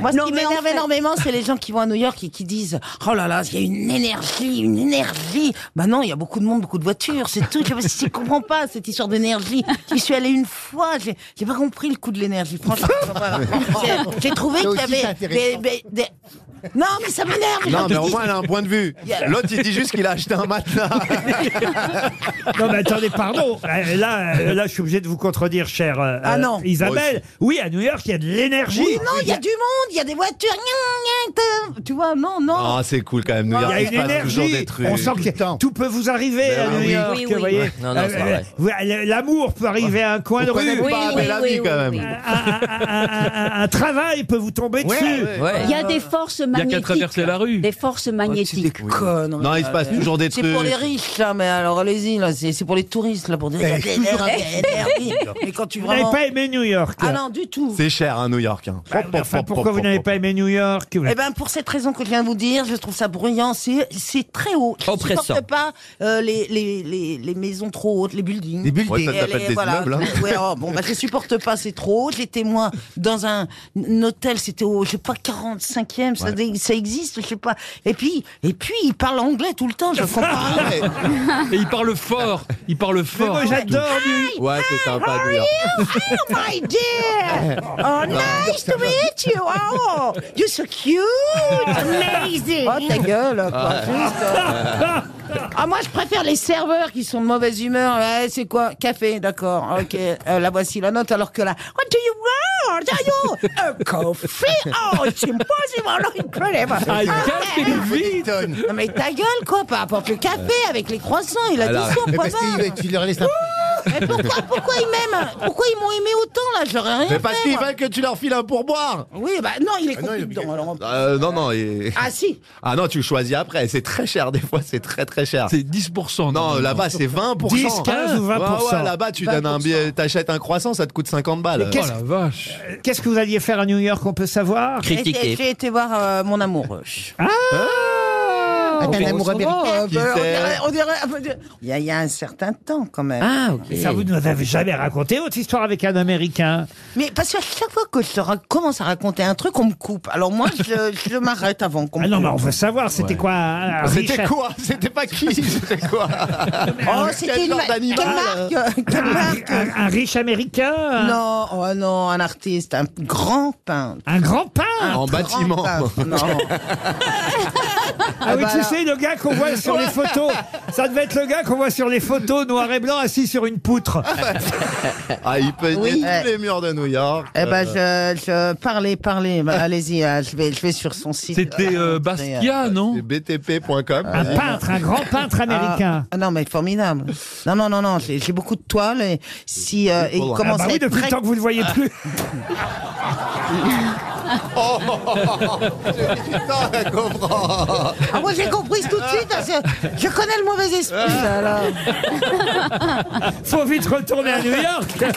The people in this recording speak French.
Moi, ce Non, qui mais en m'énerve fait- énormément, c'est les gens qui vont à New York et qui disent Oh là là, il y a une énergie, une énergie. Bah non, il y a beaucoup de monde, beaucoup de voitures, c'est tout. Je ne comprends pas cette histoire d'énergie. J'y suis allée une fois, j'ai j'ai pas compris le coup de l'énergie, franchement. je comprends pas. J'ai- J'ai trouvé Ça qu'il y aussi, c'est avait. des- intéressant. des- des- Non, mais ça m'énerve. les gens Non, qui mais au disent- moins, elle a un point de vue. L'autre, il dit juste qu'il a acheté un matelas. Non, mais attendez, pardon. Euh, Là, euh, là, je suis obligé de vous contredire, chère euh, Ah non. Isabelle. Oui, à New York, il y a de l'énergie. Oui, non, il y a du monde, il y a des voitures. gnan, gnan, tum. Tu vois, non, non. Ah, c'est cool quand même. New Il York, y a il se une passe toujours énergie. des trucs. On sent Tout que le temps. tout peut vous arriver à Ben New oui. York, Oui, vous oui. voyez. Euh, Non, non, c'est pas vrai. ouais, L'amour peut arriver à un coin de Vous rue. connaissez Oui, pas oui, Bel oui, Ami, oui, quand oui. même. Un, un- un- un- un travail peut vous tomber dessus. Ouais. Il y a des forces Il magnétiques. n'y a qu'à traverser la rue. Des forces magnétiques. Conneries. Non, il se passe toujours des C'est trucs. pour les riches, ça, mais alors allez-y, là, c'est c'est pour les touristes, là, pour dire. Eh, il y a de toujours l'énergie, il y a de l'énergie. Mais quand tu Vous n'avez vraiment. pas aimé New York. Ah non, du tout. C'est cher, hein, New York. hein. Bah, mais enfin, pourquoi vous n'avez pas aimé New York Eh ben pour cette raison que je viens de vous dire, je trouve ça bruyant, c'est c'est très haut. Je Oppressant. supporte pas euh, les, les, les, les maisons trop hautes, les buildings. Des bulles Ouais, ça Et s'appelle les- des voilà. immeubles. hein. Ouais, oh, bon, bah, je supporte pas, c'est trop haut. J'étais moi dans un, un hôtel, c'était au, je sais pas, 45e, ça, dé- ça existe, je sais pas. Et puis, et puis, il parle anglais tout le temps, je comprends rien. Et il parle fort. Il parle Mais fort. moi, j'adore New Ouais, c'est sympa, New York. Oh my dear! Oh, nice to meet you! Oh, you're so cute! Amazing! Oh, ta gueule, quoi. Juste, euh. Ah, moi, je préfère les serveurs qui sont de mauvaise humeur. Ouais, c'est quoi? Café, d'accord. Ok, Euh, la voici la note, alors que là, what do you want? Are you a coffee? Oh, it's impossible! Oh, incredible! Ah, il casse les vies. Tonne. Non, mais ta gueule, quoi, peu importe le café avec les croissants, il a Alors, dit son Mais pas parce mal. que tu leur laisses un Mais pourquoi, pourquoi ils m'aiment? Pourquoi ils m'ont aimé autant, là? J'aurais rien Mais hein. fait, parce qu'ils moi. veulent que tu leur files un pourboire. Oui, bah non, il non, il est Ah compris est dedans. obligé. alors on- Euh, non, non. et- Ah si Ah non, tu le choisis après. C'est très cher, des fois, c'est très très cher. C'est 10%. Non, là-bas, c'est 20%. 10, 15 ou 20%. Ouais, ouais, là-bas, tu donnes un billet, t'achètes un croissant, ça te coûte 50 balles. Oh la vache. York. Qu'est-ce que vous alliez faire à New York, on peut savoir J'ai été- Critiqué. j'ai été voir euh, mon amoureux. Ah, t'as un amour américain. Qui sait On dirait... on dirait- Il y, a- il y a un certain temps quand même. Ah, ok. Ça, vous ne nous avez jamais raconté votre histoire avec un Américain. Mais parce qu'à chaque fois que je rac- commence à raconter un truc, on me coupe. Alors moi, je, je m'arrête avant qu'on me Ah non, mais on coupe. veut savoir, c'était quoi un- un C'était riche- quoi C'était pas qui C'était quoi Oh, Quel c'était une... genre ma- Quelle d'animal, marque Quelle marque un, un riche Américain un- Non, oh non, un artiste, un grand peintre. Un grand pain En Grand bâtiment. peintre, Non. Ah oui, bah tu alors. sais, le gars qu'on voit sur les photos, ça devait être le gars qu'on voit sur les photos, noir et blanc, assis sur une poutre. bah Ah, il peignait Oui. tous les murs de New York. Euh, Eh ben, je, je... Parlez, parlez. Bah, Allez-y, euh, je, vais, je vais sur son site. C'était euh, Basquiat, non C'est btp.com. Un peintre, un grand peintre américain. Ah, ah non, mais formidable. Non, non, non, non, j'ai j'ai beaucoup de toiles. Et si euh, et il Ah Ah commence bah à oui, être depuis le très- temps que vous ne le voyez Ah. plus. Putain, je comprends. Ah, moi j'ai compris tout de suite. parce que je connais le mauvais esprit. alors. Faut vite retourner à New York.